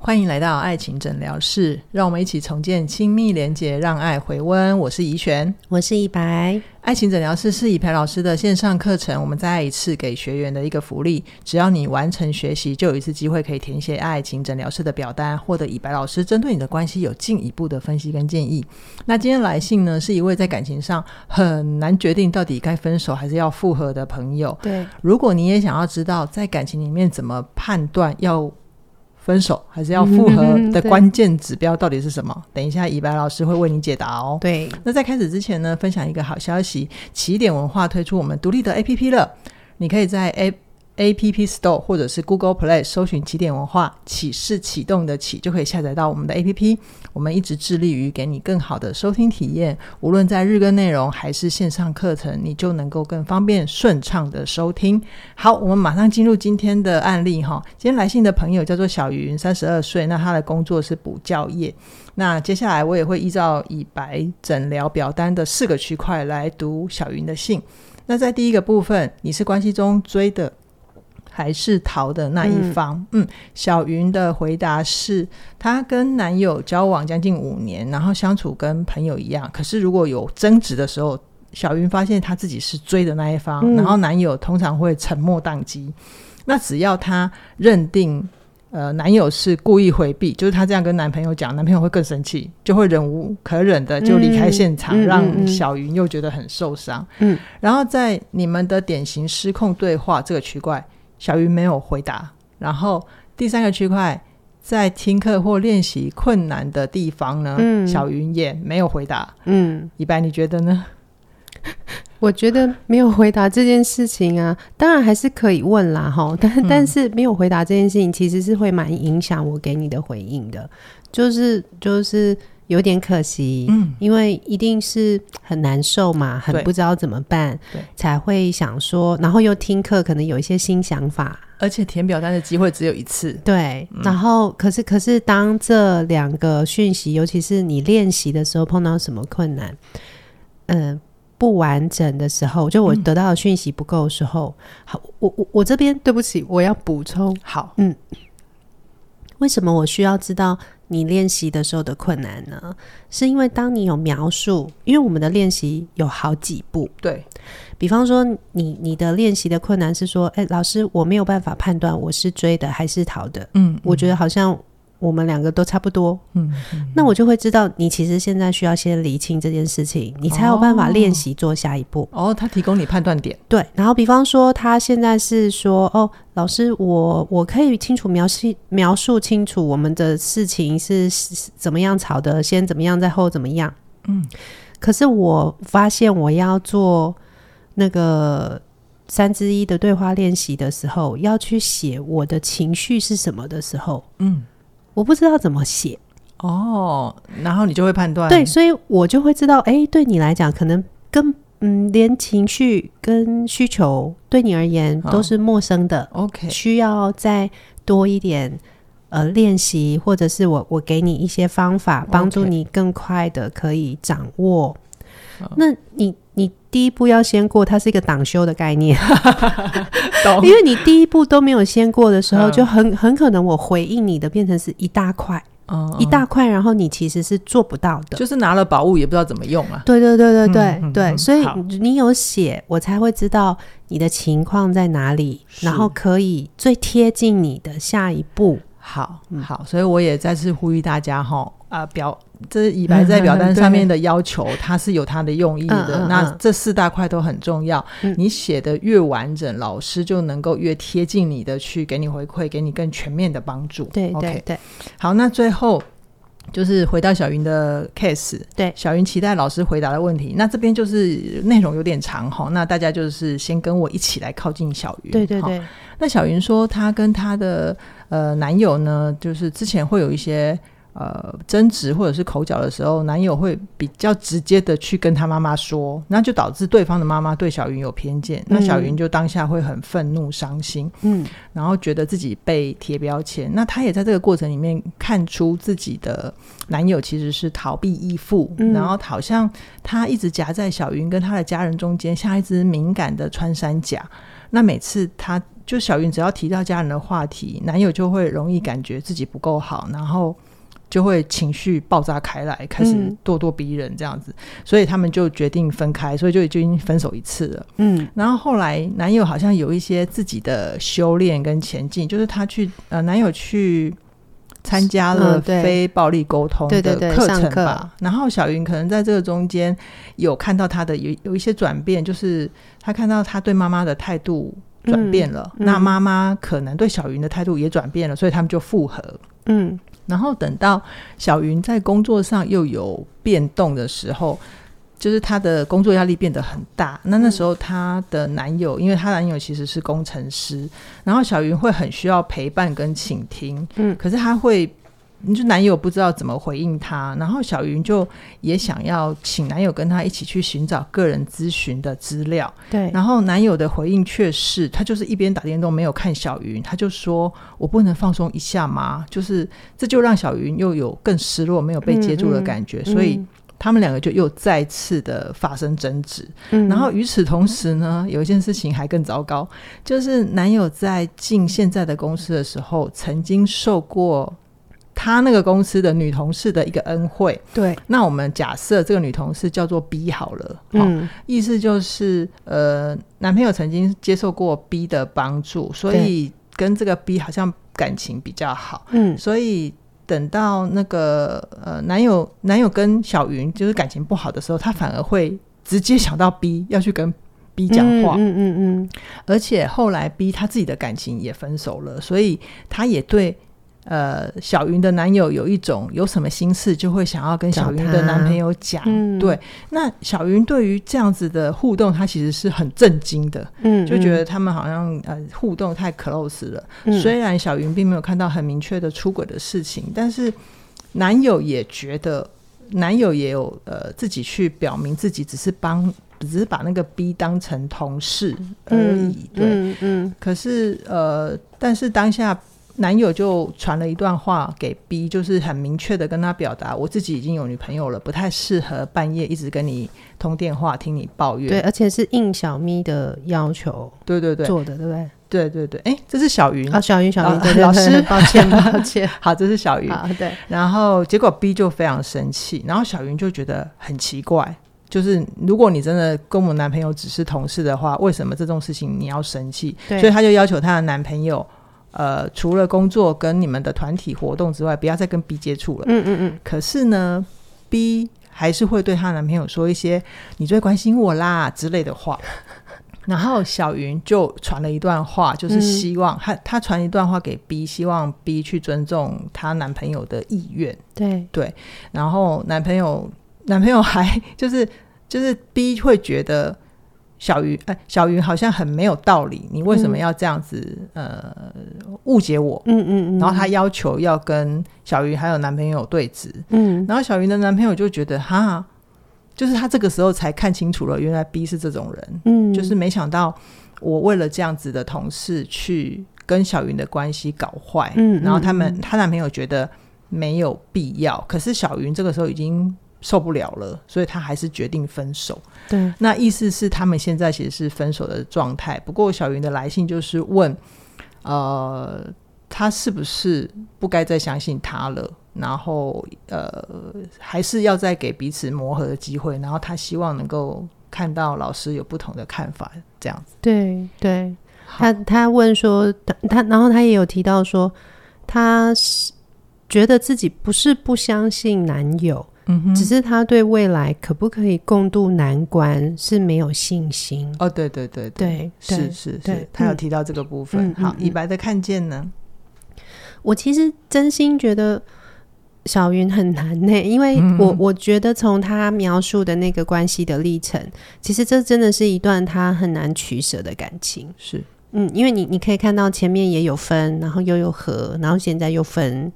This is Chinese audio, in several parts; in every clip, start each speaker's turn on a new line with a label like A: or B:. A: 欢迎来到爱情诊疗室，让我们一起重建亲密连结，让爱回温。我是怡璇，
B: 我是一白。
A: 爱情诊疗室是以培老师的线上课程，我们再爱一次给学员的一个福利。只要你完成学习，就有一次机会可以填写爱情诊疗室的表单，获得以白老师针对你的关系有进一步的分析跟建议。那今天来信呢，是一位在感情上很难决定到底该分手还是要复合的朋友。
B: 对，
A: 如果你也想要知道在感情里面怎么判断要分手还是要复合
B: 嗯
A: 的
B: 对
A: 关键指标到底是什么，等一下以白老师会为你解答哦。
B: 对，
A: 那在开始之前呢，分享一个好消息，起点文化推出我们独立的 APP 了，你可以在 A。A P P Store 或者是 Google Play 搜寻起点文化，起是启动的起，就可以下载到我们的 A P P。我们一直致力于给你更好的收听体验，无论在日更内容还是线上课程，你就能够更方便顺畅的收听。好，我们马上进入今天的案例哈。今天来信的朋友叫做小云，三十二岁，那她的工作是补教业。那接下来我也会依照以白诊疗表单的四个区块来读小云的信。那在第一个部分，你是关系中追的还是逃的那一方？嗯小云的回答是，她跟男友交往将近五年，然后相处跟朋友一样，可是如果有争执的时候。小云发现她自己是追的那一方，
B: 嗯
A: 然后男友通常会沉默宕机。那只要她认定呃，男友是故意回避，就是她这样跟男朋友讲，男朋友会更生气，就会忍无可忍的就离开现场，
B: 嗯嗯嗯
A: 让小云又觉得很受伤。
B: 嗯，
A: 然后在你们的典型失控对话这个区块，小云没有回答。然后第三个区块，在听课或练习困难的地方呢，
B: 嗯
A: 小云也没有回答。
B: 嗯，
A: 一般你觉得呢？
B: 我觉得没有回答这件事情啊，当然还是可以问啦，哈， 但、但是没有回答这件事情，其实是会蛮影响我给你的回应的，就是就是有点可惜，
A: 嗯，
B: 因为一定是很难受嘛，很
A: 对
B: 不知道怎么办
A: 对，
B: 才会想说，然后又听课，可能有一些新想法，
A: 而且填表单的机会只有一次。
B: 对，然后可是可是当这两个讯息，尤其是你练习的时候碰到什么困难，嗯、不完整的时候，就我得到的讯息不够的时候，好，我我我这边对不起，我要补充，
A: 好，
B: 为什么我需要知道你练习的时候的困难呢？是因为当你有描述，因为我们的练习有好几步，
A: 对，
B: 比方说你你的练习的困难是说，哎，老师，我没有办法判断我是追的还是逃的。
A: 嗯
B: 我觉得好像我们两个都差不多，
A: 嗯，
B: 那我就会知道你其实现在需要先厘清这件事情，你才有办法练习做下一步。
A: 哦，他提供你判断点，
B: 对，然后比方说他现在是说，哦，老师，我我可以清楚描述描述清楚我们的事情是是怎么样吵的，先怎么样，再后怎么样。嗯，可是我发现我要做那个三之一的对话练习的时候，要去写我的情绪是什么的时候，
A: 嗯。
B: 我不知道怎么写。
A: 哦，然后你就会判断，
B: 对，所以我就会知道，哎、对你来讲，可能跟嗯，连情绪跟需求对你而言
A: 好
B: 都是陌生的，
A: ，OK，
B: 需要再多一点呃练习，或者是我我给你一些方法，帮助
A: OK
B: 你更快的可以掌握。那你你第一步要先过，它是一个党修的概念，
A: 懂
B: 因为你第一步都没有先过的时候，
A: 哦嗯
B: 就很很可能我回应你的变成是一大块、
A: 嗯
B: 一大块，然后你其实是做不到的。
A: 就是拿了宝物也不知道怎么用啊。
B: 对对对对对、
A: 嗯嗯
B: 对，
A: 嗯
B: 所以
A: 好
B: 你有写，我才会知道你的情况在哪里，
A: 是
B: 然后可以最贴近你的下一步。
A: 好好，所以我也再次呼吁大家哈啊、表这是以白在表单
B: 对
A: 上面的要求，它是有它的用意的。
B: 嗯嗯
A: 那
B: 嗯
A: 这四大块都很重要，
B: 嗯
A: 你写的越完整，老师就能够越贴近你的去给你回馈，给你更全面的帮助。
B: 对
A: o
B: 对
A: k
B: 对
A: 好，那最后就是回到小云的 case，
B: 对
A: 小云期待老师回答的问题。那这边就是内容有点长哈，那大家就是先跟我一起来靠近小云。
B: 对对
A: 哈
B: 对，
A: 那小云说，她跟她的呃男友呢，就是之前会有一些呃争执或者是口角的时候，男友会比较直接的去跟她妈妈说，那就导致对方的妈妈对小云有偏见，那小云就当下会很愤怒、伤心，
B: 嗯
A: 然后觉得自己被贴标签。那她也在这个过程里面看出自己的男友其实是逃避依附，
B: 嗯
A: 然后好像他一直夹在小云跟她的家人中间，像一只敏感的穿山甲。那每次他就小云只要提到家人的话题，男友就会容易感觉自己不够好，然后就会情绪爆炸开来，开始
B: 嗯
A: 咄咄逼人这样子，所以他们就决定分开，所以就就已经分手一次了。
B: 嗯
A: 然后后来男友好像有一些自己的修炼跟前进，就是他去呃，男友去参加了
B: 嗯对
A: 非暴力沟通
B: 对对
A: 的
B: 对
A: 课
B: 上
A: 程
B: 课
A: 吧。然后小云可能在这个中间有看到他的有有一些转变，就是他看到他对妈妈的态度。转变了，
B: 嗯嗯
A: 那妈妈可能对小云的态度也转变了，所以他们就复合。
B: 嗯
A: 然后等到小云在工作上又有变动的时候，就是她的工作压力变得很大。那那时候她的男友，因为她男友其实是工程师，然后小云会很需要陪伴跟倾听，
B: 嗯
A: 可是她会。就男友不知道怎么回应她，然后小云就也想要请男友跟她一起去寻找个人咨询的资料，
B: 对，
A: 然后男友的回应却是，他就是一边打电动没有看小云，他就说：“我不能放松一下吗？”就是这就让小云又有更失落、没有被接
B: 嗯
A: 住的感觉，所以他们两个就又再次的发生争执。
B: 嗯，
A: 然后与此同时呢，有一件事情还更糟糕，就是男友在进现在的公司的时候，曾经受过他那个公司的女同事的一个恩惠。
B: 对，
A: 那我们假设这个女同事叫做 B 好了，哦
B: 嗯
A: 意思就是，呃，男朋友曾经接受过 B 的帮助，所以跟这个 B 好像感情比较好，
B: 嗯
A: 所以。等到那个呃男友男友跟小云就是感情不好的时候，他反而会直接想到 B 要去跟 B 讲话，
B: 嗯嗯嗯
A: 而且后来 B 他自己的感情也分手了，所以他也对呃小云的男友有一种有什么心事就会想要跟小云
B: 找
A: 的
B: 他
A: 男朋友讲。
B: 嗯
A: 对，那小云对于这样子的互动，她其实是很震惊的，
B: 嗯，
A: 就觉得他们好像呃互动太 close 了。
B: 嗯
A: 虽然小云并没有看到很明确的出轨的事情，但是男友也觉得，男友也有呃自己去表明自己只是帮，只是把那个 B 当成同事而已。对，
B: 嗯嗯
A: 可是呃，但是当下男友就传了一段话给 B，就是很明确的跟他表达，我自己已经有女朋友了，不太适合半夜一直跟你通电话听你抱怨。
B: 对，而且是应小咪的要求
A: 对对对
B: 做的，对不对？
A: 对对对，哎、这是小云，
B: 啊，小云小
A: 老
B: 云，对对
A: 老
B: 对
A: 师
B: 抱歉抱 歉，
A: 好，这是小云。
B: 啊对，
A: 然后结果 B 就非常生气，然后小云就觉得很奇怪，就是如果你真的跟我男朋友只是同事的话，为什么这种事情你要生气？
B: 对
A: 所以她就要求她的男朋友，呃，除了工作跟你们的团体活动之外，不要再跟 B 接触了。
B: 嗯嗯嗯，
A: 可是呢，B 还是会对她男朋友说一些“你最关心我啦”之类的话。 然后小云就传了一段话，就是
B: 嗯
A: 希望她她传一段话给 B，希望 B 去尊重她男朋友的意愿。
B: 对，
A: 然后男朋友男朋友还 就是就是 B 会觉得小鱼哎、小鱼好像很没有道理，你为什么要这样子、呃误解我？
B: 嗯嗯嗯，
A: 然后他要求要跟小鱼还有男朋友对峙，
B: 嗯
A: 然后小鱼的男朋友就觉得哈，就是他这个时候才看清楚了，原来 B 是这种人，
B: 嗯
A: 就是没想到我为了这样子的同事去跟小云的关系搞坏，
B: 嗯
A: 然后他们
B: 嗯
A: 她男朋友觉得没有必要，可是小云这个时候已经受不了了，所以她还是决定分手。
B: 对，
A: 那意思是他们现在其实是分手的状态，不过小云的来信就是问，呃，她是不是不该再相信他了？然后呃，还是要再给彼此磨合的机会，然后她希望能够看到老师有不同的看法，这样子。
B: 对对，
A: 好
B: 他他问说，他他然后他也有提到说，他是觉得自己不是不相信男友，
A: 嗯
B: 只
A: 哼，
B: 是他对未来可不可以共度难关是没有信心。
A: 哦，对对对对。
B: 对，对
A: 是是
B: 对
A: 是，他有
B: 嗯
A: 提到这个部分。
B: 嗯嗯
A: 好，
B: 嗯
A: 以白的看见呢？
B: 我其实真心觉得小云很难呢、 因为
A: 嗯
B: 我我觉得从她描述的那个关系的历程，其实这真的是一段她很难取舍的感情。
A: 是，
B: 嗯，因为你你可以看到前面也有分，然后又有合，然后现在又分，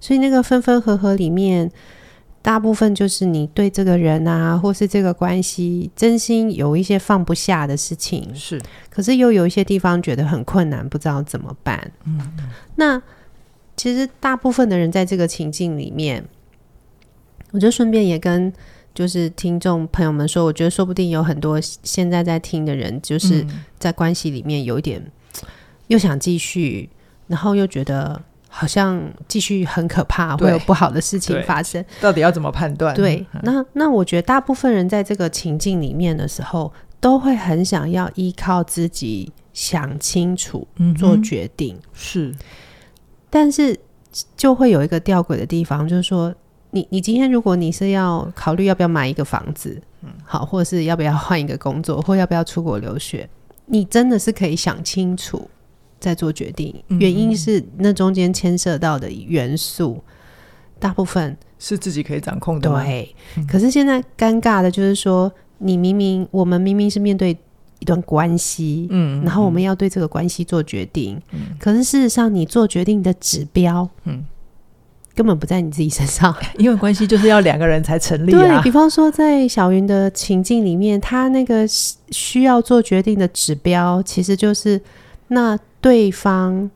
B: 所以那个分分合合里面，大部分就是你对这个人啊，或是这个关系，真心有一些放不下的事情，
A: 是，
B: 可是又有一些地方觉得很困难，不知道怎么办。嗯，那其实大部分的人在这个情境里面，我就顺便也跟就是听众朋友们说，我觉得说不定有很多现在在听的人，就是
A: 嗯
B: 在关系里面有一点又想继续，然后又觉得好像继续很可怕，
A: 对
B: 会有不好的事情
A: 对嗯
B: 发生。
A: 到底要怎么判断？
B: 对，那那我觉得大部分人在这个情境里面的时候，都会很想要依靠自己想清楚
A: 嗯哼，
B: 做决定，
A: 是
B: 但是就会有一个吊诡的地方，就是说，你你今天如果你是要考虑要不要买一个房子，好，或者是要不要换一个工作，或要不要出国留学，你真的是可以想清楚再做决定。原因是那中间牵涉到的元素，大部分
A: 是自己可以掌控的吗？嗯
B: 对，可是现在尴尬的就是说，你明明我们明明是面对一段关系，
A: 嗯，嗯，嗯
B: 然后我们要对这个关系做决定，可是事实上你做决定的指标，嗯，根本不在你自己 身上。
A: 因为关系就是要两个人才成立
B: 对
A: 啊
B: 比。方说，在小云的情境里面，她那个需需要做决定的指标，其实就是那对方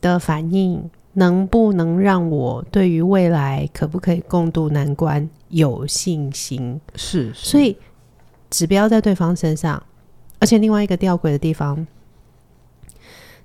B: 的反应能不能让我对于未来可不可以共度难关有信心。
A: 是，是
B: 所以指标在对方身上，而且另外一个吊诡的地方，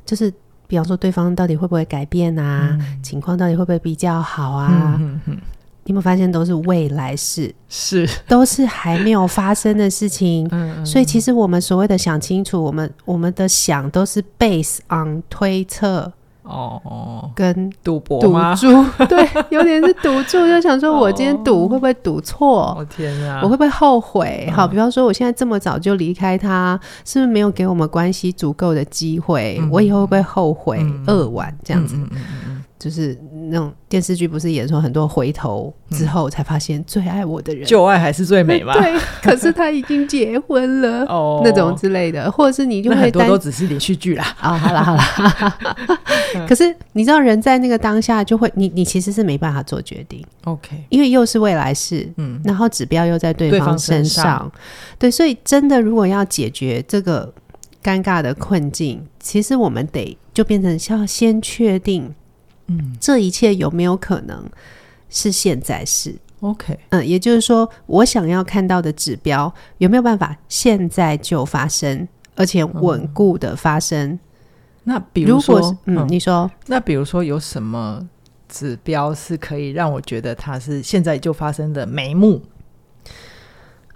B: 就是比方说对方到底会不会改变啊，情况到底会不会比较好啊？
A: 嗯嗯嗯
B: 你有没有发现都是未来式，
A: 是，
B: 都是还没有发生的事情。
A: 嗯，
B: 所以其实我们所谓的想清楚，我们我们的想都是 base on 推测
A: 哦哦，
B: 跟
A: 赌博
B: 赌
A: 吗？
B: 注， 对，有点是赌注，就想说我今天赌会不会赌错？
A: 哦天啊，
B: 我会不会后悔？好，
A: 嗯
B: 比方说我现在这么早就离开他，是不是没有给我们关系足够的机会？
A: 嗯
B: 我以后会不会后悔、
A: 嗯
B: 扼腕这样子？
A: 嗯嗯嗯嗯
B: 就是那种电视剧不是演说很多回头之后才发现最爱我的
A: 嗯
B: 人，
A: 旧爱还是最美嘛。
B: 对，可是他已经结婚了。
A: 哦，
B: 那种之类的，或者是你就
A: 那
B: 会
A: 很多
B: 担
A: 都只是连续剧啦。
B: 哦，好啦好啦， 可是你知道人在那个当下就会，你你其实是没办法做决定，
A: OK，
B: 因为又是未来事，
A: 嗯，
B: 然后指标又在对
A: 对
B: 方
A: 方
B: 身
A: 身
B: 上，
A: 上
B: 对，所以真的如果要解决这个尴尬的困境，其实我们得就变成要先确定，嗯，这一切有没有可能是现在式？
A: OK，
B: 嗯，也就是说，我想要看到的指标有没有办法现在就发生，而且稳固的发生？
A: 那比
B: 嗯如
A: 说
B: 果是，嗯，你说，
A: 那比如说有什么指标是可以让我觉得它是现在就发生的眉目？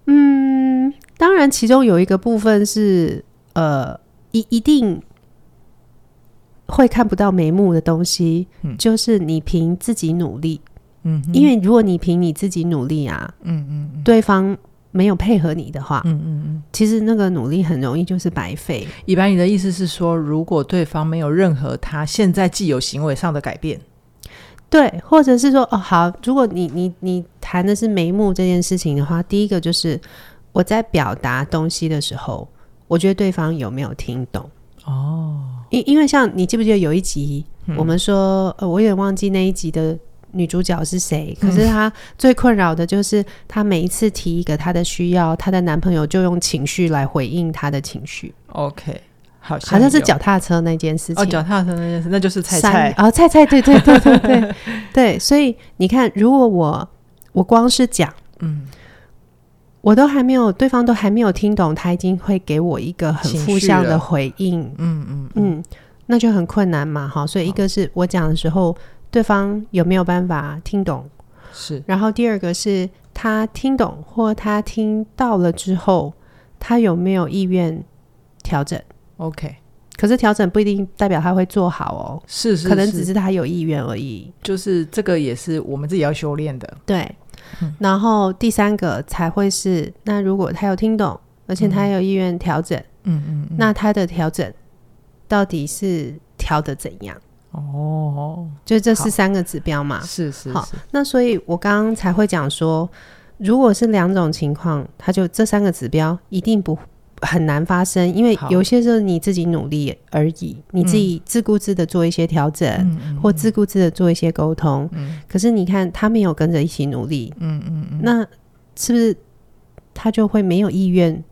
B: 嗯，当然，其中有一个部分是呃，一一定会看不到眉目的东西，就是你凭自己努力，
A: 嗯哼，
B: 因为如果你凭你自己努力啊，
A: 嗯嗯
B: 对方没有配合你的话，
A: 嗯嗯嗯。
B: 其实那个努力很容易就是白费。
A: 以白，你的意思是说，如果对方没有任何他现在既有行为上的改变，
B: 对，或者是说，哦，好，如果你你你谈的是眉目这件事情的话，第一个就是我在表达东西的时候，我觉得对方有没有听懂？哦，因因为像你记不记得有一集，
A: 嗯
B: 我们说，呃，我有点忘记那一集的。女主角是谁？
A: 嗯
B: 可是她最困扰的就是，她每一次提一个她的需要，她的男朋友就用情绪来回应她的情绪，
A: OK，好像
B: 好像是
A: 有
B: 脚踏车那件事情。
A: 哦脚踏车那件事，那就是菜
B: 三
A: 菜，
B: 哦，菜菜，对对对对 对对，所以你看，如果我我光是讲，
A: 嗯，
B: 我都还没有，对方都还没有听懂，他已经会给我一个很
A: 情
B: 负
A: 绪
B: 向的
A: 了
B: 回应，
A: 嗯嗯
B: 嗯，那就很困难嘛，哈。所以一个是我讲的时候，对方有没有办法听懂，
A: 是
B: 然后第二个是他听懂或他听到了之后，他有没有意愿调整。
A: OK，
B: 可是调整不一定代表他会做好哦，
A: 是是
B: 可能只
A: 是
B: 是他有意愿而已。
A: 就是这个也是我们自己要修炼的，嗯
B: 对，然后第三个才会是，那如果他有听懂，而且他有意愿调整，
A: 嗯嗯
B: 那他的调整到底是调的怎样？
A: 哦，
B: 就这
A: 好
B: 是三个指标嘛。
A: 是是
B: 啊好
A: 是，
B: 那所以我刚刚才会讲说，如果是两种情况，他就这三个指标一定不。很难发生，因为
A: 好
B: 有些时候你自己努力而已，你自己自顾自的做一些调整，
A: 嗯嗯
B: 或自顾自的做一些沟通。
A: 嗯
B: 可是你看，他没有跟着一起努力，
A: 嗯嗯嗯，
B: 那是不是他就会没有意愿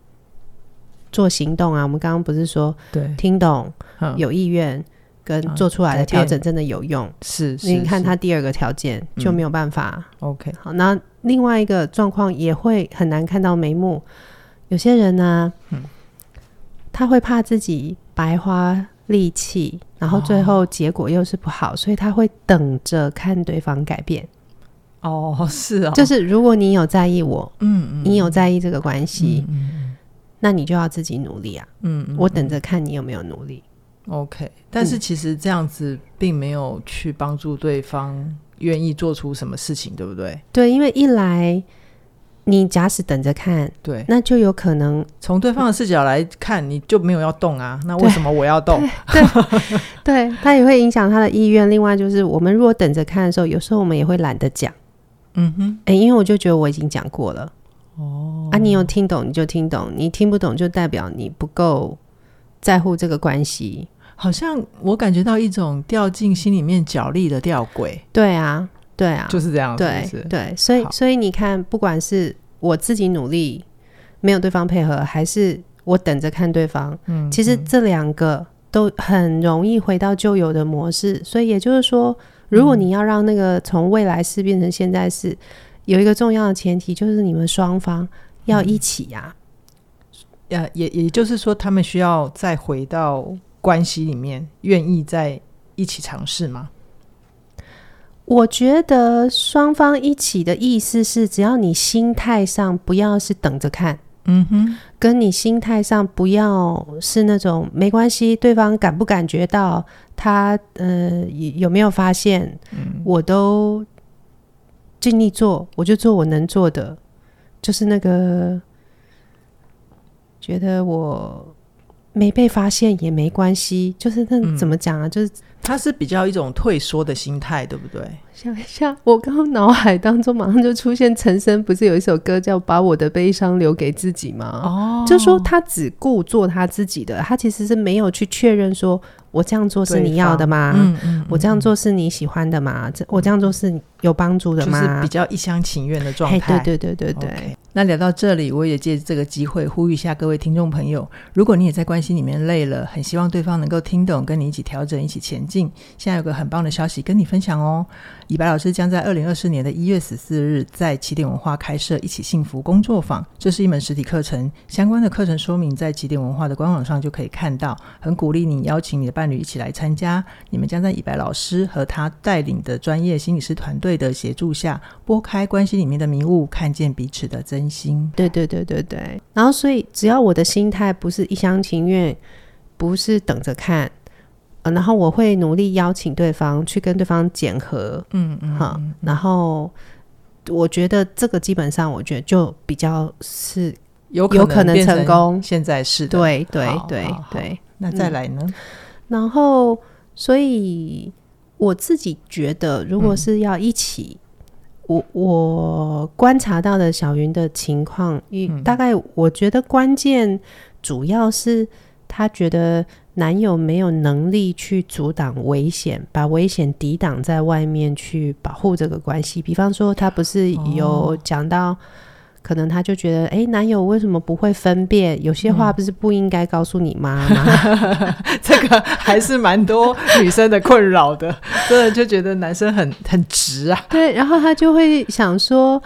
B: 做行动啊？我们刚刚不是说
A: 对，
B: 听懂
A: 嗯
B: 有意愿，跟做出来
A: 啊
B: 的
A: 改变
B: 调整真的有用。
A: 是是，
B: 你看
A: 是嗯
B: 它第二个条件就没有办法。
A: OK，
B: 好，那另外一个状况也会很难看到眉目。有些人呢、
A: 嗯
B: 他会怕自己白花力气，然后最
A: 哦
B: 后结果又是不好，所以他会等着看对方改变。
A: 哦， 是哦，
B: 就是如果你有在意我，
A: 嗯嗯
B: 你有在意这个关系，
A: 嗯
B: 那你就要自己努力啊。
A: 嗯嗯
B: 我嗯等着看你有没有努力。
A: OK，但是其实这样子并没有去帮助对方愿意做出什么事情，对不对？
B: 对，因为一来你假使等着看，
A: 对，
B: 那就有可能
A: 从对方的视角来看，你就没有要动啊，那为什么我要动？
B: 对他也会影响他的意愿。另外就是，我们如果等着看的时候，有时候我们也会懒得讲。
A: 嗯哼，
B: 哎、因为我就觉得我已经讲过了。哦，啊，你有听懂你就听懂，你听不懂就代表你不够在乎这个关系。
A: 好像我感觉到一种掉进心里面角力的吊诡，
B: 对啊，对啊，
A: 就是这样，
B: 对
A: 是不是？
B: 对，所以
A: 好
B: 所以你看，不管是我自己努力没有对方配合，还是我等着看对方，
A: 嗯
B: 其实这两个都很容易回到旧有的模式。所以也就是说，如
A: 嗯
B: 果你要让那个从未来式变成现在式，有一个重要的前提就是你们双方要
A: 嗯
B: 一起啊呀、
A: 呃，也也就是说，他们需要再回到关系里面，愿意在一起尝试吗？
B: 我觉得双方一起的意思是，只要你心态上不要是等着看，
A: 嗯哼，
B: 跟你心态上不要是那种没关系，对方感不感觉到他呃有有没有发现，我都尽力做，我就做我能做的，就是那个觉得我没被发现也没关系，就是那怎么讲啊，就是
A: 他是比较一种退缩的心态，对不对？
B: 想一下，我刚刚脑海当中马上就出现陈升，不是有一首歌叫《把我的悲伤留给自己》吗？
A: 哦
B: 就说他只顾做他自己的，他其实是没有去确认说，我这样做是你要的吗？
A: 嗯嗯，
B: 我这样做是你喜欢的吗？这我这样做是有帮助的
A: 就是
B: 吗？
A: 比较一厢情愿的状
B: 嘿
A: 态，
B: 对对对对对
A: OK，那聊到这里，我也借这个机会呼吁一下各位听众朋友：如果你也在关系里面累了，很希望对方能够听懂，跟你一起调整，一起前进。现在有个很棒的消息跟你分享哦！以白老师将在二零二四年的一月十四日在起点文化开设“一起幸福”工作坊，这是一门实体课程，相关的课程说明在起点文化的官网上就可以看到。很鼓励你邀请你的伴侣一起来参加，你们将在以白老师和他带领的专业心理师团队的协助下，拨开关系里面的迷雾，看见彼此的真心。
B: 对对对对对。然后，所以只要我的心态不是一厢情愿，不是等着看，呃然后我会努力邀请对方去跟对方检核，
A: 嗯嗯
B: 哈、然后我觉得这个基本上，我觉得就比较是
A: 有
B: 有可能
A: 变
B: 成功
A: 现在是的。
B: 对对
A: 好
B: 对
A: 好好
B: 对。
A: 那再来呢？
B: 然后，所以我自己觉得，如果是要一起，我我观察到的小云的情况，一大概我觉得关键主要是她觉得男友没有能力去阻挡危险，把危险抵挡在外面去保护这个关系。比方说，她不是有讲到。可能她就觉得，哎、男友为什么不会分辨？有些话不是不应该告诉你妈妈、
A: 这个还是蛮多女生的困扰 的，真的就觉得男生很很直啊。
B: 对，然后他就会想说，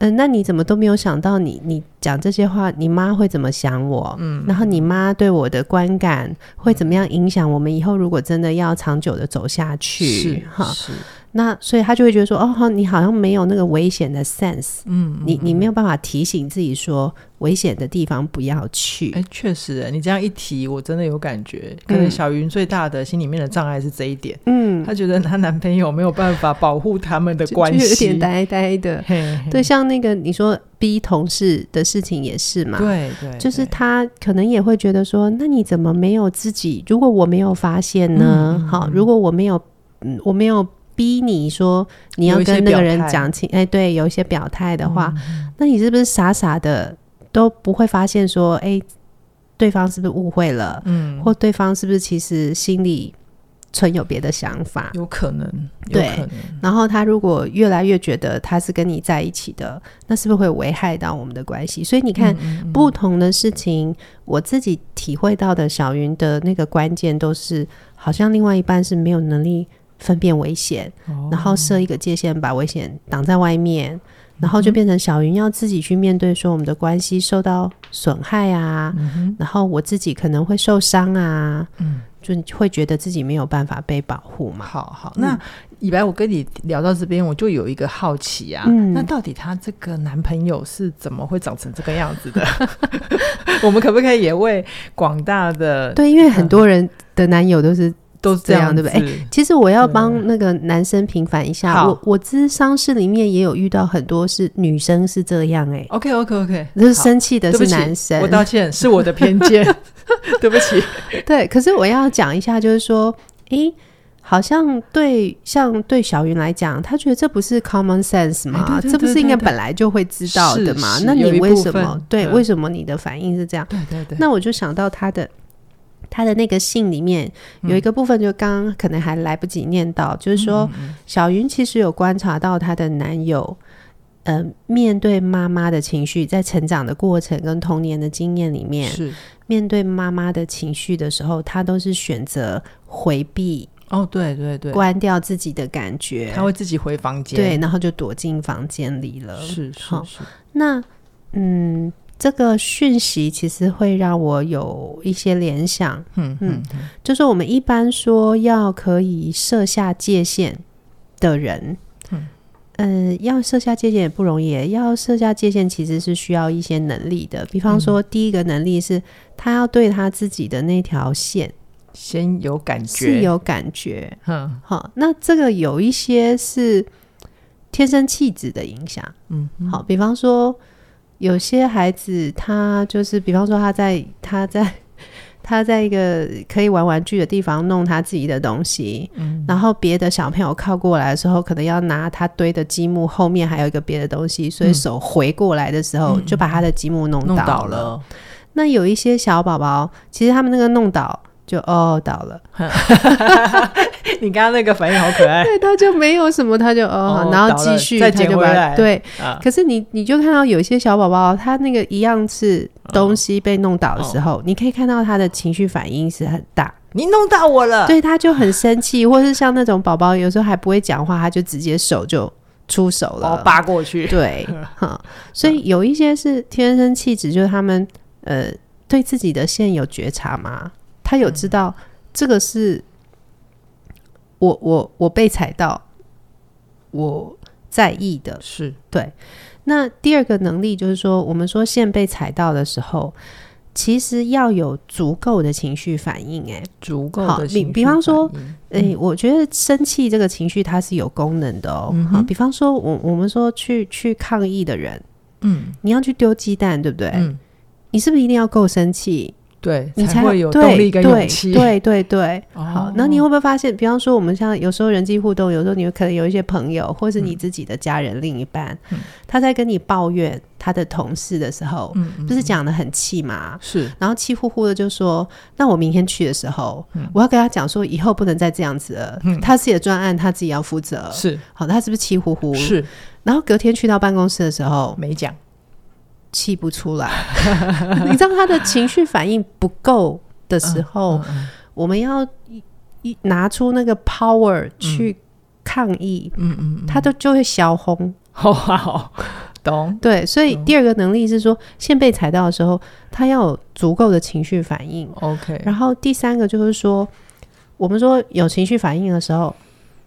B: 嗯、那你怎么都没有想到你你讲这些话，你妈会怎么想我？嗯，然后你妈对我的观感会怎么样影响我们以后如果真的要长久的走下去？哈，
A: 是，
B: 那所以他就会觉得说，哦，好你好像没有那个危险的 sense，
A: 嗯，
B: 你你没有办法提醒自己说危险的地方不要去。
A: 哎，确实，你这样一提，我真的有感觉。可能
B: 嗯
A: 小云最大的心里面的障碍是这一点，
B: 嗯，
A: 她觉得她男朋友没有办法保护他们 的
B: 就
A: 关
B: 就有
A: 系
B: 点。呆呆的。
A: 嘿嘿
B: 对，像那个你说逼同事的事情也是嘛，
A: 对对，
B: 就是
A: 对
B: 他可能也会觉得说，那你怎么没有自己？如果我没有发现呢？
A: 嗯嗯
B: 好，如果我没有，嗯，我没有逼你说你要
A: 有一些
B: 跟那
A: 表
B: 个人
A: 态
B: 讲清，哎，对，有一些表态的话，
A: 嗯
B: 那你是不是傻傻的都不会发现说，哎，对方是不是误会了，
A: 嗯，
B: 或对方是不是其实心里存有别的想法。
A: 有可能，有
B: 对
A: 可能，
B: 然后他如果越来越觉得他是跟你在一起的，那是不是会危害到我们的关系？所以你看，不同的事情，我自己体会到的小云的那个关键都是，好像另外一半是没有能力分辨危险，然后设一个界限，把危险挡在外面。然后就变成小云要自己去面对，说我们的关系受到损害啊，然后我自己可能会受伤啊，就会觉得自己没有办法被保护嘛。
A: 好好，
B: 嗯
A: 那以白，我跟你聊到这边，我就有一个好奇啊，
B: 嗯
A: 那到底她这个男朋友是怎么会长成这个样子的？ 我们可不可以也为广大的
B: 对，因为很
A: 嗯
B: 多人的男友都是。
A: 都是这样
B: 这样对不对哎其实我要帮那个男生平反一下，
A: 嗯好
B: 我我咨商室里面也有遇到很多是女生是这样哎、
A: OK OK OK，
B: 就是生气的
A: 对不
B: 是
A: 起
B: 男生
A: 我，道歉，是我的偏 见，对不起。
B: 对。可是我要讲一下，就是说，诶、好像对像对小云来讲，她觉得这不是 common sense 嘛，
A: 哎对对
B: 这不
A: 对
B: 是应
A: 对
B: 该
A: 对
B: 本来就会知道的
A: 是
B: 嘛？
A: 是
B: 那
A: 有
B: 你
A: 一
B: 为
A: 部
B: 什
A: 分
B: 么对？
A: 对
B: 为什么你的反应是这样？
A: 对对对，
B: 那我就想到他的他的那个信里面有一个部分，就刚刚可能还来不及念到，就是说
A: 嗯
B: 小云其实有观察到她的男友。呃，面对妈妈的情绪，在成长的过程跟童年的经验里面，
A: 是
B: 面对妈妈的情绪的时候，他都是选择回避、
A: 哦，对对对，
B: 关掉自己的感觉
A: 他，会自己回房间，
B: 对，然后就躲进房间里了。
A: 是是
B: 好
A: 是，
B: 那嗯，这个讯息其实会让我有一些联想，
A: 嗯嗯，
B: 就是我们一般说要可以设下界限的人，嗯、要设下界限也不容易，要设下界限其实是需要一些能力的。比方说，第一个能力是他要对他自己的那条线
A: 先有感
B: 是
A: 觉，
B: 有感觉，
A: 嗯
B: 好，那这个有一些是天生气质的影响，
A: 嗯，
B: 好，比方说有些孩子他就是，比方说他在他在 他在一个可以玩玩具的地方弄他自己的东西，嗯，然后别的小朋友靠过来的时候，可能要拿他堆的积木后面还有一个别的东西，所以手回过来的时候、就把他的积木弄
A: 嗯弄
B: 倒
A: 倒了，
B: 那有一些小宝宝，其实他们那个弄倒就哦倒了，
A: 你刚刚那个反应好可 爱
B: 对，他就没有什么，他就哦，
A: 哎哦
B: 然后
A: 倒
B: 继
A: 了
B: 续
A: 再
B: 他
A: 捡
B: 就
A: 回
B: 把
A: 来
B: 对，
A: 啊，
B: 可是你你就看到有些小宝宝，他那个一样是东西被弄倒的时候，
A: 哦
B: 你可以看到他的情绪反应是很大，
A: 你弄到我了，
B: 对，他就很生气，或是像那种宝宝有时候还不会讲话，他就直接手就出手
A: 把
B: 了
A: 我，扒过去，
B: 对，哈，所以有一些是天生气质，就是他们呃对自己的线有觉察嘛，他有知道这个是我我我被踩到，我在意的，
A: 是
B: 对，那第二个能力就是说，我们说线被踩到的时候，其实要有足够的情绪反应、诶，
A: 足够
B: 好
A: 的
B: 比
A: 情绪
B: 比方说
A: 反应，
B: 哎、诶，我觉得生气这个情绪它是有功能的哦。
A: 嗯哼
B: 好，比方说我我们说去去抗议的人，
A: 嗯
B: 你要去丢鸡蛋，对不对？
A: 嗯，
B: 你是不是一定要够生气，
A: 对，
B: 你
A: 才会有
B: 对
A: 动力跟勇气，
B: 对对对对，好
A: 哦，，
B: 那你会不会发现，比方说我们像有时候人际互动，有时候你可能有一些朋友，或是你自己的家人、另一半，
A: 嗯
B: 他在跟你抱怨他的同事的时候，
A: 嗯嗯
B: 不是讲的很气嘛？
A: 是
B: 然后气呼呼的就说：“那我明天去的时候，
A: 嗯
B: 我要跟他讲说，以后不能再这样子了。他自己的专案，他自己要负责。
A: 是
B: 好，他是不是气呼呼？。
A: 是
B: 然后隔天去到办公室的时候，
A: 没讲，
B: 气不出来， 你知道他的情绪反应不够的时候，
A: 嗯嗯
B: 我们要一一拿出那个 power 去抗议，
A: 嗯嗯 嗯，
B: 他都就会消轰。
A: 好好，懂，
B: 对，所以第二个能力是说，先被踩到的时候，他要有足够的情绪反应。
A: OK，
B: 然后第三个就是说，我们说有情绪反应的时候，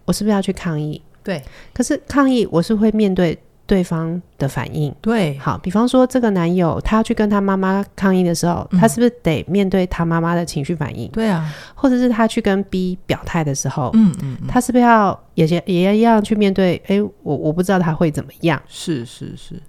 B: 我是不是要去抗议？
A: 对
B: 可是抗议，我是会面对对方的反应。
A: 对，
B: 好，比方说这个男友他要去跟他妈妈抗议的时候，
A: 嗯
B: 他是不是得面对他妈妈的情绪反应，
A: 对啊，
B: 或者是他去跟 B 表态的时候，
A: 嗯嗯，
B: 他是不是要也也也要去面对？诶，我我不知道他会怎么样。
A: 是是是，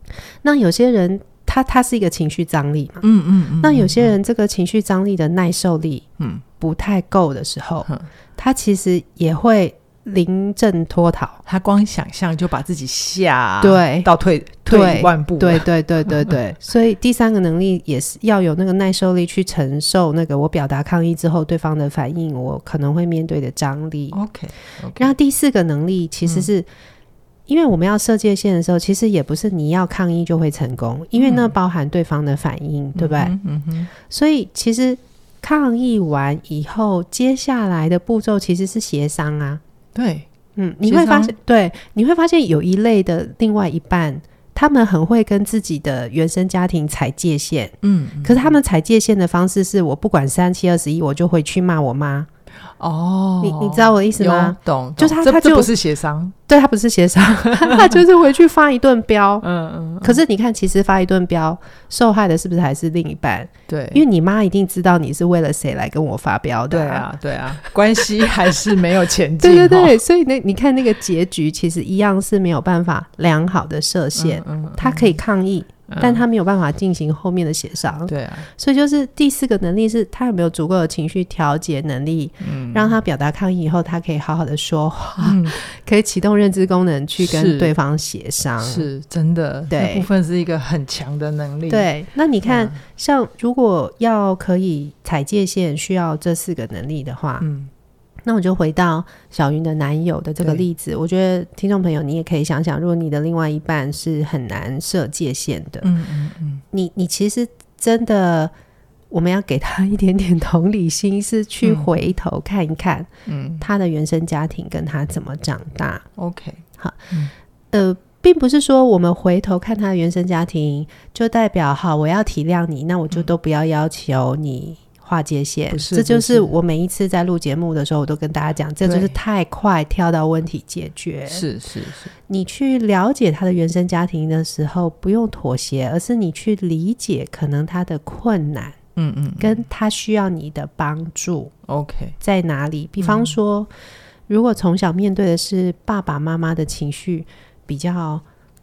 B: 那有些人他他是一个情绪张力嘛，
A: 嗯嗯
B: 那有些人这个情绪张力的耐受力，嗯，不太够的时候，
A: 嗯
B: 他其实也会临阵脱逃。
A: 他光想象就把自己吓
B: 对
A: 到退退一万步。
B: 对对对对对， 所以第三个能力也是要有那个耐受力去承受那个我表达抗议之后对方的反应，我可能会面对的张力。
A: 哦，OK，嗯
B: 然后第四个能力其实是，因为我们要设界限的时候，其实也不是你要抗议就会成功，因为那包含对方的反应，对不对？
A: 嗯嗯哼，
B: 所以其实抗议完以后，接下来的步骤其实是协商啊。
A: 对，
B: 嗯，你
A: 协
B: 会发
A: 商
B: 现，对，你会发现有一类的另外一半，他们很会跟自己的原生家庭踩界限，
A: 嗯，
B: 可是他们踩界限的方式是我不管三七二十一，我就回去骂我妈。
A: 哦，
B: 你你知道我的意思
A: 有
B: 吗？？
A: 懂，
B: 就
A: 懂
B: 他
A: 这
B: 他
A: 这不
B: 就是
A: 协商，
B: 对他不是协商， 他就是回去发一顿飙。
A: 嗯嗯，
B: 可是你看，其实发一顿飙，受害的是不是还是另一半？
A: 对，
B: 因为你妈一定知道你是为了谁来跟我发飙的、
A: 对啊，对啊，关系还是没有前进， 哦
B: 对对对，所以那你看那个结局，其实一样是没有办法良好的设限。
A: 嗯，
B: 他可以抗议，
A: 嗯
B: 但他没有办法进行后面的协商
A: 嗯，。对啊，
B: 所以就是第四个能力是他有没有足够的情绪调节能力，
A: 嗯
B: 让他表达抗议以后，他可以好好的说话， 可以启动认知功能去
A: 是
B: 跟对方协商。
A: 是真的，
B: 啊对
A: 那部分是一个很强的能力，，嗯
B: 对，那你看，像如果要可以踩界限，需要这四个能力的话，
A: 嗯，
B: 那我就回到小云的男友的这个
A: 对
B: 例子，我觉得听众朋友你也可以想想，如果你的另外一半是很难设界限的，
A: 嗯嗯嗯，
B: 你你其实真的，我们要给他一点点同理心，是去
A: 嗯
B: 回头看一看，
A: 嗯
B: 他的原生家庭跟他怎么长大。
A: ，OK，
B: 呃，并不是说我们回头看他的原生家庭，就代表好我要体谅你，那我就都不要要求你。划界限
A: 嗯不，是
B: 这就
A: 不
B: 是
A: 是
B: 我每一次在录节目的时候，我都跟大家讲，这就
A: 对
B: 是太快跳到问题解决。
A: 是是是，
B: 你去了解他的原生家庭的时候，不用妥协，而是你去理解可能他的困难，
A: 嗯嗯
B: 跟他需要你的帮助
A: ，OK，
B: 在哪
A: 嗯
B: 里。比方说，如果从小面对的是爸爸妈妈的情绪比较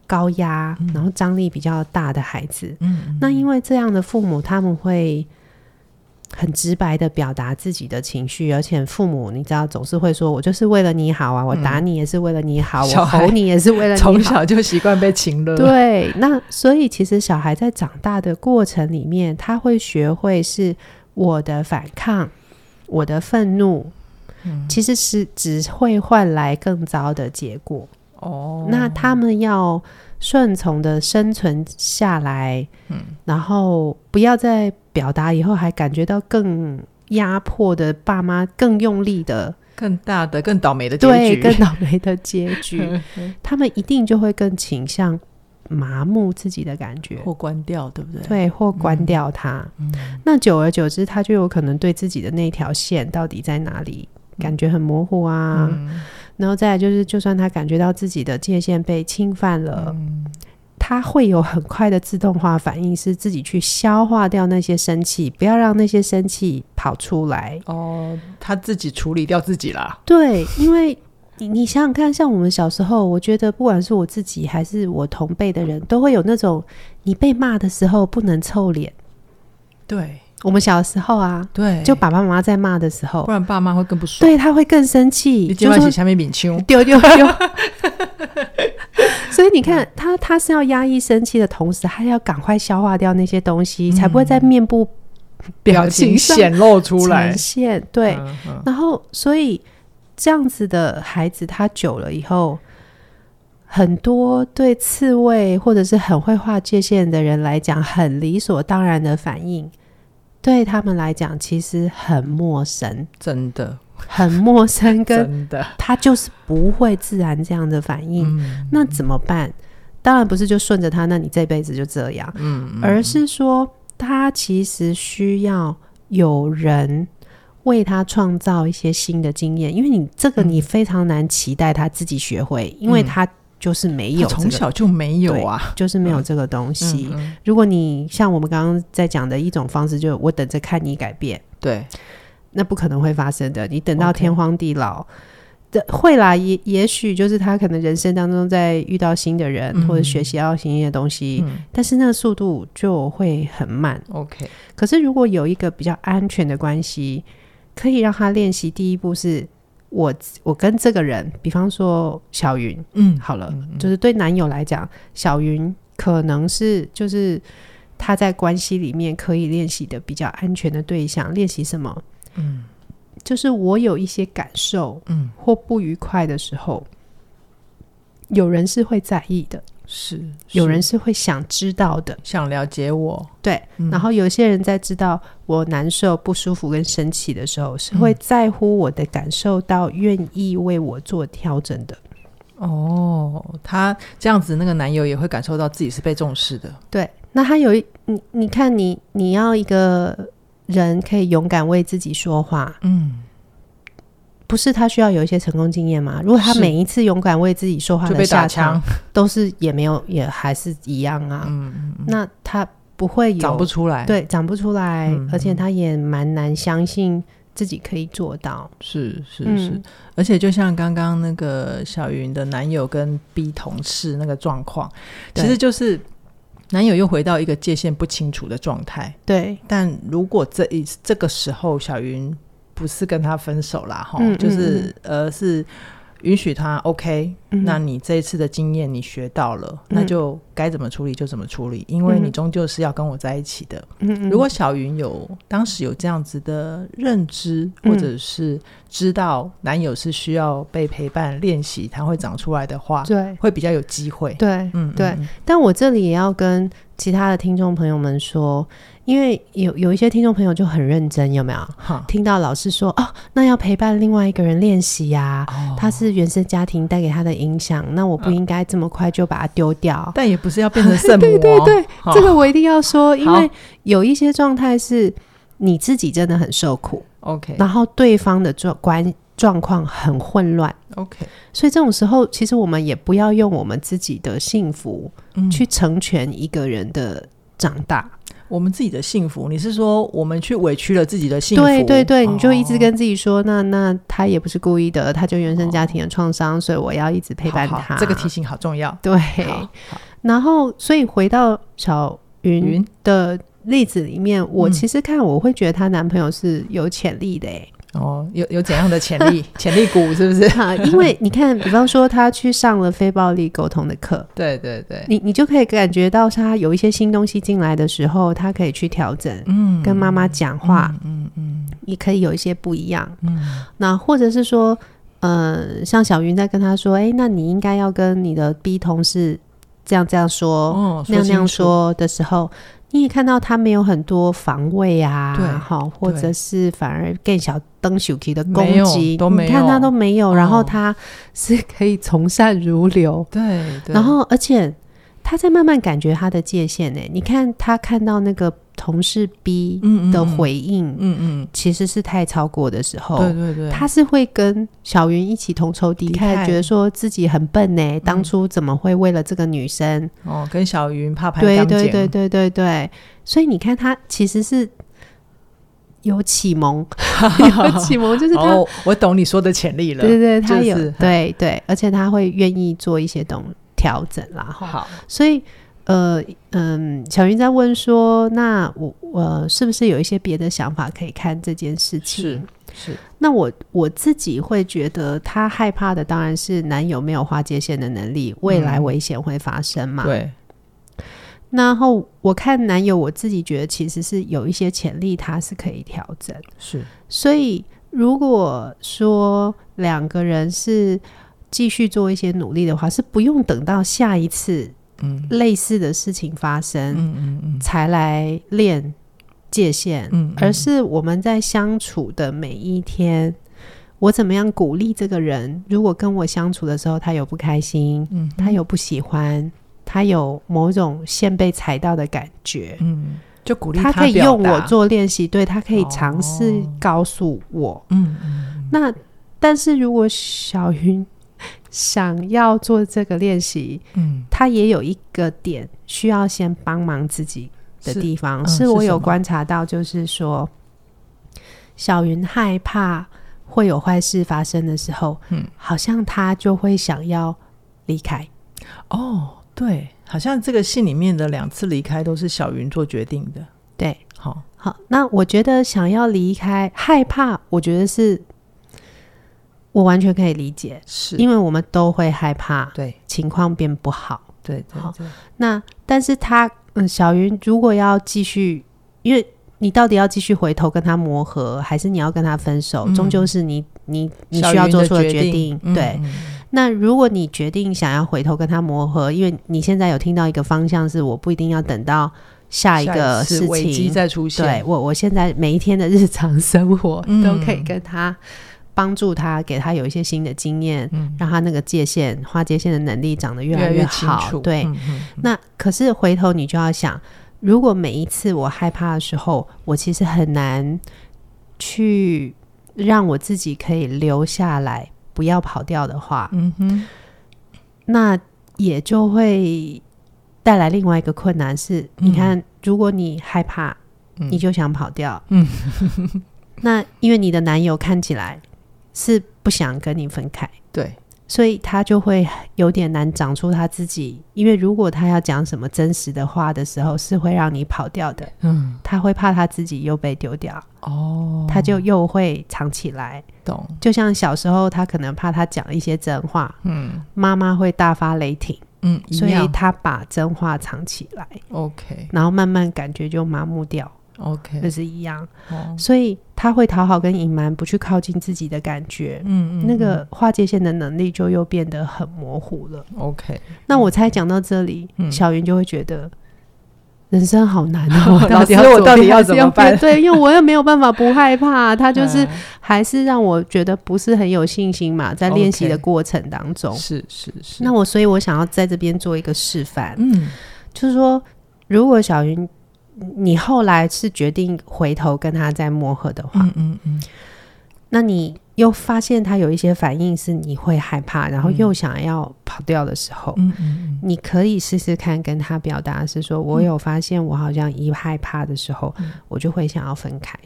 B: 高压，然后张力比较大的孩子，
A: 嗯
B: 那因为这样的父母，他们会。很直白的表达自己的情绪，而且父母你知道总是会说，我就是为了你好啊，我打你也是为了你好，
A: 嗯小
B: 我
A: 孩
B: 吼你也是为了你好。
A: 从小就习惯被情勒，，
B: 对，那所以其实小孩在长大的过程里面，他会学会是我的反抗，我的愤怒，
A: 嗯
B: 其实是只会换来更糟的结果。
A: 哦，
B: 那他们要顺从的生存下来，嗯，然后不要在表达以后还感觉到更压迫的爸妈更用力的，
A: 更大的、更倒霉的结
B: 对，
A: 局，
B: 更倒霉的结 局，他们一定就会更倾向麻木自己的感觉。
A: 或关掉，对不对？
B: 对，或关掉它。那久而久之，他就有可能对自己的那条线到底在哪里感觉很模糊啊。然后再来就是，就算他感觉到自己的界限被侵犯了，他会有很快的自动化反应，是自己去消化掉那些生气，不要让那些生气跑出来。
A: 哦，他自己处理掉自己啦，
B: 对，因为你你想想看，像我们小时候，我觉得不管是我自己还是我同辈的人，都会有那种你被骂的时候不能臭脸。
A: 对
B: 我们小时候啊，
A: 对，
B: 就爸爸妈妈在骂的时候
A: 哎不，然爸妈会更不爽。
B: 对他会更生气，
A: 你
B: 就
A: 今晚
B: 说
A: 起下面饼丘，
B: 丢丢丢。 所以你
A: 嗯
B: 看，他他是要压抑生气的同时，他要赶快消化掉那些东
A: 嗯
B: 西，才不会在面部
A: 表
B: 情
A: 情
B: 上
A: 显露出来
B: 呈。现。对，
A: 嗯，嗯
B: 然后所以这样子的孩子，他久了以后，很多对刺猬或者是很会画界限的人来讲，很理所当然的反应，对他们来讲其实很陌生，
A: 真的，
B: 很陌生，跟
A: 真的，
B: 他就是不会自然这样的反应。
A: 嗯
B: 那怎么办？当然不是就顺着他，那你这辈子就这样，
A: 嗯，
B: 而是说他其实需要有人为他创造一些新的经验，因为你这个你非常难期待他自己学会，因为
A: 嗯
B: 他就是没有
A: 他
B: 这
A: 从
B: 个，
A: 小就没有啊，
B: 就是没有这个东西。
A: 嗯嗯
B: 如果你像我们刚刚在讲的一种方式，就是我等着看你改变，
A: 对，
B: 那不可能会发生的。你等到
A: OK
B: 天荒地老的会啦，也也许就是他可能人生当中在遇到新的人，
A: 嗯
B: 或者学习到新的东西，
A: 嗯
B: 但是那个速度就会很慢。
A: ，OK，
B: 可是如果有一个比较安全的关系，可以让他练习。第一步是我我跟这个人，比方说小云
A: 嗯，
B: 好了，就是对男友来讲，小云可能是就是他在关系里面可以练习的比较安全的对象，练习什么？
A: 嗯
B: 就是我有一些感受
A: 嗯，
B: 或不愉快的时候，有人是会在意的，
A: 是
B: 有人是会想知道的。
A: 想了解我，
B: 对，
A: 嗯
B: 然后有些人在知道我难受、不舒服跟生气的时候，
A: 嗯
B: 是会在乎我的感受到，愿意为我做调整的。
A: 哦，他这样子，那个男友也会感受到自己是被重视的。
B: 对，那他有一你，你看你你要一个人可以勇敢为自己说话，
A: 嗯，
B: 不是他需要有一些成功经验吗？如果他
A: 是
B: 每一次勇敢为自己说话
A: 就
B: 的
A: 被打
B: 下场
A: 枪，
B: 都是也没有，也还是一样啊，
A: 嗯，
B: 那他不会有
A: 长不出来。，
B: 对长不出来，
A: 嗯
B: 而且他也蛮难相信自己可以做到。
A: 是是
B: 嗯
A: 是，而且就像刚刚那个小云的男友跟 B 同事那个状况，其
B: 对
A: 实就是男友又回到一个界限不清楚的状态。
B: 对，
A: 但如果这一这个时候小云不是跟他分手啦，哈、
B: 嗯
A: 就是呃是允许他 OK，、
B: 嗯
A: 那你这一次的经验你学到了，
B: 嗯
A: 那就该怎么处理就怎么处理，因为
B: 嗯
A: 你终究是要跟我在一起的。
B: 嗯嗯
A: 如果小云有当时有这样子的认知，或者
B: 嗯
A: 是知道男友是需要被陪伴练习，他会长出来的话，
B: 对
A: 会比较有机会。
B: 对
A: 嗯，
B: 对
A: 嗯，嗯
B: 但我这里也要跟其他的听众朋友们说，因为有有一些听众朋友就很认真，有没有？
A: 哈，
B: 听到老师说哦，那要陪伴另外一个人练习呀、
A: 哦
B: 他是原生家庭带给他的影响，那我不应该这么快就把它丢掉。
A: 但也不是要变 成圣母、哦，
B: 对对对，
A: 哈
B: 这个我一定要说，因
A: 好
B: 为有一些状态是你自己真的很受苦，
A: ，OK
B: 然后对方的状关状况很混乱，
A: OK，
B: 所以这种时候，其实我们也不要用我们自己的幸福
A: 嗯
B: 去成全一个人的长大。
A: 我们自己的幸福，你是说我们去委屈了自己的幸福？
B: 对对对，你就一直
A: 哦
B: 跟自己说，那那他也不是故意的，他就原生家庭的创伤，所以我要一直陪伴
A: 好
B: 他。
A: 好这个提醒好重要。
B: 对，
A: 好好
B: 然后所以回到小云
A: 云
B: 的例子里面，我
A: 嗯
B: 其实看我会觉得她男朋友是有潜力的欸 诶、
A: 哦，有有怎样的潜 力？潜力股是不是？
B: 啊，因为你看，比方说他去上了非暴力沟通的 课，
A: 对对对，
B: 你你就可以感觉到他有一些新东西进来的时候，他可以去调整，
A: 嗯
B: 跟妈妈讲话，
A: 嗯嗯
B: 也可以有一些不一样。
A: 嗯
B: 那或者是说，呃，像小云在跟他说，哎、那你应该要跟你的 B 同事这样这样说，
A: 哦
B: 那样那
A: 清
B: 样
A: 楚
B: 说的时候，你也看到他没有很多防卫啊，
A: 对
B: 好，或者
A: 对
B: 是反而更小灯小 K 的
A: 没
B: 攻
A: 有
B: 击，
A: 都没
B: 你看他
A: 有
B: 都没有，然后
A: 哦
B: 他是可以从善如流，
A: 对对，
B: 然后而且他在慢慢感觉他的界限呢、你看他看到那个同事 B
A: 嗯嗯
B: 的
A: 嗯
B: 回应，
A: 嗯嗯，
B: 其实是太超过的时候，
A: 对对对，
B: 他是会跟小云一起同仇敌
A: 敌
B: 忾，
A: 忾
B: 觉得说自己很笨呢、欸
A: 嗯
B: 当初怎么会为了这个女生？
A: 哦跟小云怕拍
B: 对
A: 钢
B: 对
A: 剪
B: 对对对对，所以你看他其实是有 启蒙，有启蒙，就是他，
A: 哦，我懂你说的潜力了。
B: 对对对，他有、
A: 就是
B: 对对，而且他会愿意做一些东调整啦，哈。
A: 好，
B: 所以，呃，嗯，小云在问说，那我我、是不是有一些别的想法可以看这件事情？
A: 是是，
B: 那我我自己会觉得，她害怕的当然是男友没有划界限的能力，未来危险会发生嘛。
A: 嗯对，
B: 然后我看男友，我自己觉得其实是有一些潜力，他是可以调整。
A: 是
B: 所以如果说两个人是继续做一些努力的话，是不用等到下一次
A: 嗯
B: 类似的事情发生、
A: 嗯嗯嗯
B: 才来练界限。
A: 嗯，
B: 而是我们在相处的每一天，我怎么样鼓励这个人？如果跟我相处的时候，他有不开心，
A: 嗯
B: 他有不喜欢，他有某种线被踩到的感觉，
A: 嗯，就鼓励
B: 他可以
A: 表
B: 用我
A: 达，
B: 做练习，对他可以尝试
A: 哦
B: 告诉我。
A: 嗯嗯
B: 那但是如果小云 想要做这个练习，
A: 嗯。
B: 他也有一个点需要先帮忙自己的
A: 是
B: 地方，
A: 嗯
B: 是
A: 是
B: 我
A: 什
B: 有
A: 么
B: 观察到，就是说，小云害怕会有坏事发生的时候，
A: 嗯
B: 好像她就会想要离开，
A: 哦，对，好像这个信里面的两次离开都是小云做决定的。
B: 对。
A: 好，
B: 好，那我觉得想要离开、害怕，我觉得是我完全可以理解，
A: 是
B: 因为我们都会害怕
A: 对，
B: 情况变不好。
A: 对对
B: 好
A: 对，
B: 那但是他，嗯，小云如果要继续，因为你到底要继续回头跟他磨合，还是你要跟他分手，
A: 嗯
B: 终究是你你你
A: 小
B: 需要
A: 云
B: 做出
A: 的
B: 决
A: 定，
B: 对，
A: 嗯，
B: 那如果你决定想要回头跟他磨合，因为你现在有听到一个方向是，我不一定要等到下一个
A: 次
B: 事
A: 危机
B: 情，
A: 再出现，
B: 对我我现在每一天的日常生活
A: 嗯
B: 都可以跟他帮助他，给他有一些新的经验，
A: 嗯
B: 让他那个界限划界限的能力长得越
A: 来
B: 来越
A: 清
B: 好。
A: 楚，
B: 对，
A: 嗯嗯
B: 那可是回头你就要想，如果每一次我害怕的时候，我其实很难去让我自己可以留下来，不要跑掉的话，
A: 嗯哼，
B: 那也就会带来另外一个困难是，你看，如果你害怕，
A: 嗯
B: 你就想跑掉，嗯， 那因为你的男友看起来是不想跟你分开。
A: 对，
B: 所以他就会有点难长出他自己，因为如果他要讲什么真实的话的时候，是会让你跑掉的。
A: 嗯，
B: 他会怕他自己又被丢掉，
A: 哦，
B: 他就又会藏起来。
A: 懂，
B: 就像小时候，他可能怕他讲一些真话，
A: 嗯
B: 妈妈会大发雷霆，
A: 嗯，一
B: 所以
A: 样
B: 他把真话藏起来，
A: ，OK
B: 然后慢慢感觉就麻木掉，就
A: OK，
B: 是一样。
A: 哦，
B: 所以他会讨好跟隐瞒，不去靠近自己的感觉，
A: 嗯嗯，
B: 那个划界线的能力就又变得很模糊了。
A: 嗯 OK，
B: 那我猜讲到这里，
A: 嗯，
B: 小云就会觉得人生好难哦
A: 老师
B: 要左边
A: 我到底要
B: 还是
A: 怎么办
B: 右边对，因为我又没有办法不害怕，啊他就是
A: 嗯
B: 还是让我觉得不是很有信心嘛，在练习
A: OK
B: 的过程当中。
A: 是是是，
B: 那我所以，我想要在这边做一个示范，
A: 嗯
B: 就是说，如果小云你后来是决定回头跟他再磨合的话，
A: 嗯嗯嗯，
B: 那你又发现他有一些反应是你会害怕，然后又想要跑掉的时候，
A: 嗯嗯
B: 你可以试试看跟他表达是说，我有发现我好像一害怕的时候，我就会想要分开。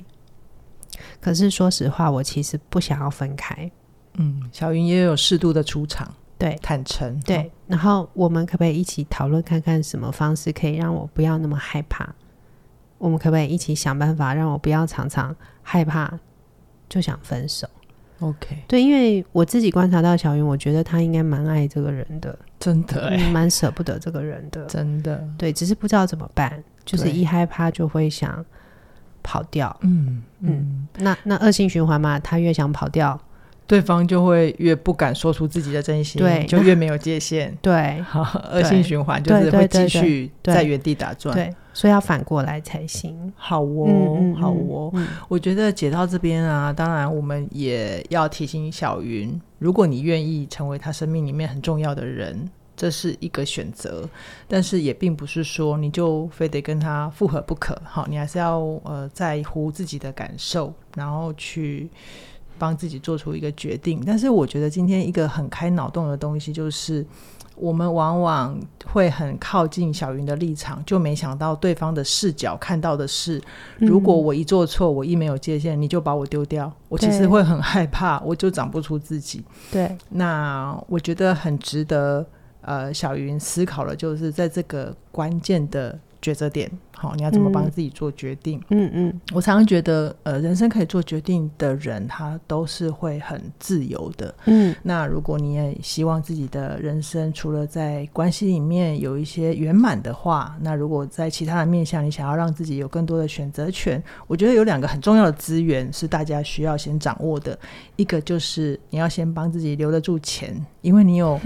B: 可是说实话，我其实不想要分开。
A: 嗯，小云也有适度的出场，
B: 对
A: 坦诚，
B: 对，，然后我们可不可以一起讨论看看什么方式可以让我不要那么害怕？我们可不可以一起想办法让我不要常常害怕就想分手？
A: 哦 OK，
B: 对，因为我自己观察到小云，我觉得她应该蛮爱这个人的，
A: 真的哎，
B: 嗯蛮舍不得这个人的。
A: 真的，
B: 对，只是不知道怎么办，就是
A: 对
B: 一害怕就会想跑掉。
A: 嗯嗯
B: 嗯，那那恶性循环嘛，他越想跑掉，
A: 对方就会越不敢说出自己的真心，
B: 对
A: 就越没有界 限。
B: 对
A: 好，恶性循环就
B: 对
A: 是
B: 对
A: 会继
B: 对
A: 续
B: 对
A: 在原地打转。
B: 对，所以要反过来才行。
A: 好哦，
B: 嗯嗯
A: 好
B: 嗯
A: 哦。
B: 嗯
A: 我觉得解到这边啊，当然我们也要提醒小云，如果你愿意成为他生命里面很重要的人，这是一个选择，但是也并不是说你就非得跟他复合不可。好，你还是要呃在乎自己的感受，然后去。帮自己做出一个决定，但是我觉得今天一个很开脑洞的东西就是，我们往往会很靠近小云的立场，就没想到对方的视角看到的是
B: 嗯
A: 如果我一做错，我一没有界限，你就把我丢掉，我其实
B: 对
A: 会很害怕，我就长不出自己。
B: 对
A: 那我觉得很值得，呃，小云思考的就是在这个关键的抉择点，好，你要怎么帮
B: 嗯
A: 自己做决定？
B: 嗯嗯
A: 我常常觉得，呃，人生可以做决定的人，他都是会很自由的。
B: 嗯
A: 那如果你也希望自己的人生除了在关系里面有一些圆满的话，那如果在其他的面向，你想要让自己有更多的选择权，我觉得有两个很重要的资源是大家需要先掌握的。一个就是你要先帮自己留得住钱，因为你有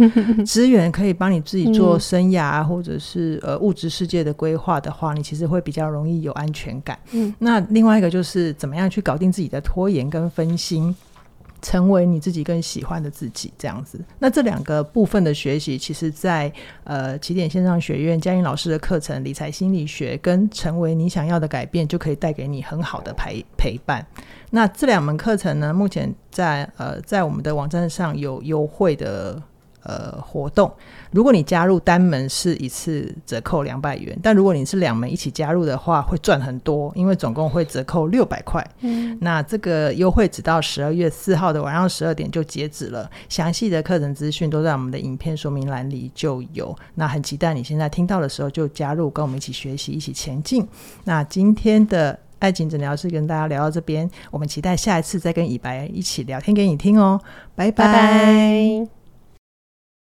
A: 资源可以帮你自己做
B: 嗯
A: 生涯或者是呃物质世界的规划的话，你其实会比较容易有安全感。
B: 嗯，
A: 那另外一个就是怎么样去搞定自己的拖延跟分心。成为你自己更喜欢的自己，这样子。那这两个部分的学习，其实在，呃起点线上学院嘉颖老师的课程《理财心理学》跟《成为你想要的改变》，就可以带给你很好的陪陪伴。那这两门课程呢，目前在呃在我们的网站上有优惠的呃活动。如果你加入单门是一次折扣两百元，但如果你是两门一起加入的话，会赚很多，因为总共会折扣六百块。
B: 嗯，
A: 那这个优惠直到十二月四号的晚上十二点就截止了，详细的课程资讯都在我们的影片说明栏里就有。那很期待你现在听到的时候就加入，跟我们一起学习，一起前进。那今天的爱情诊疗室跟大家聊到这边，我们期待下一次再跟以白一起聊天给你听哦，拜
B: 拜拜。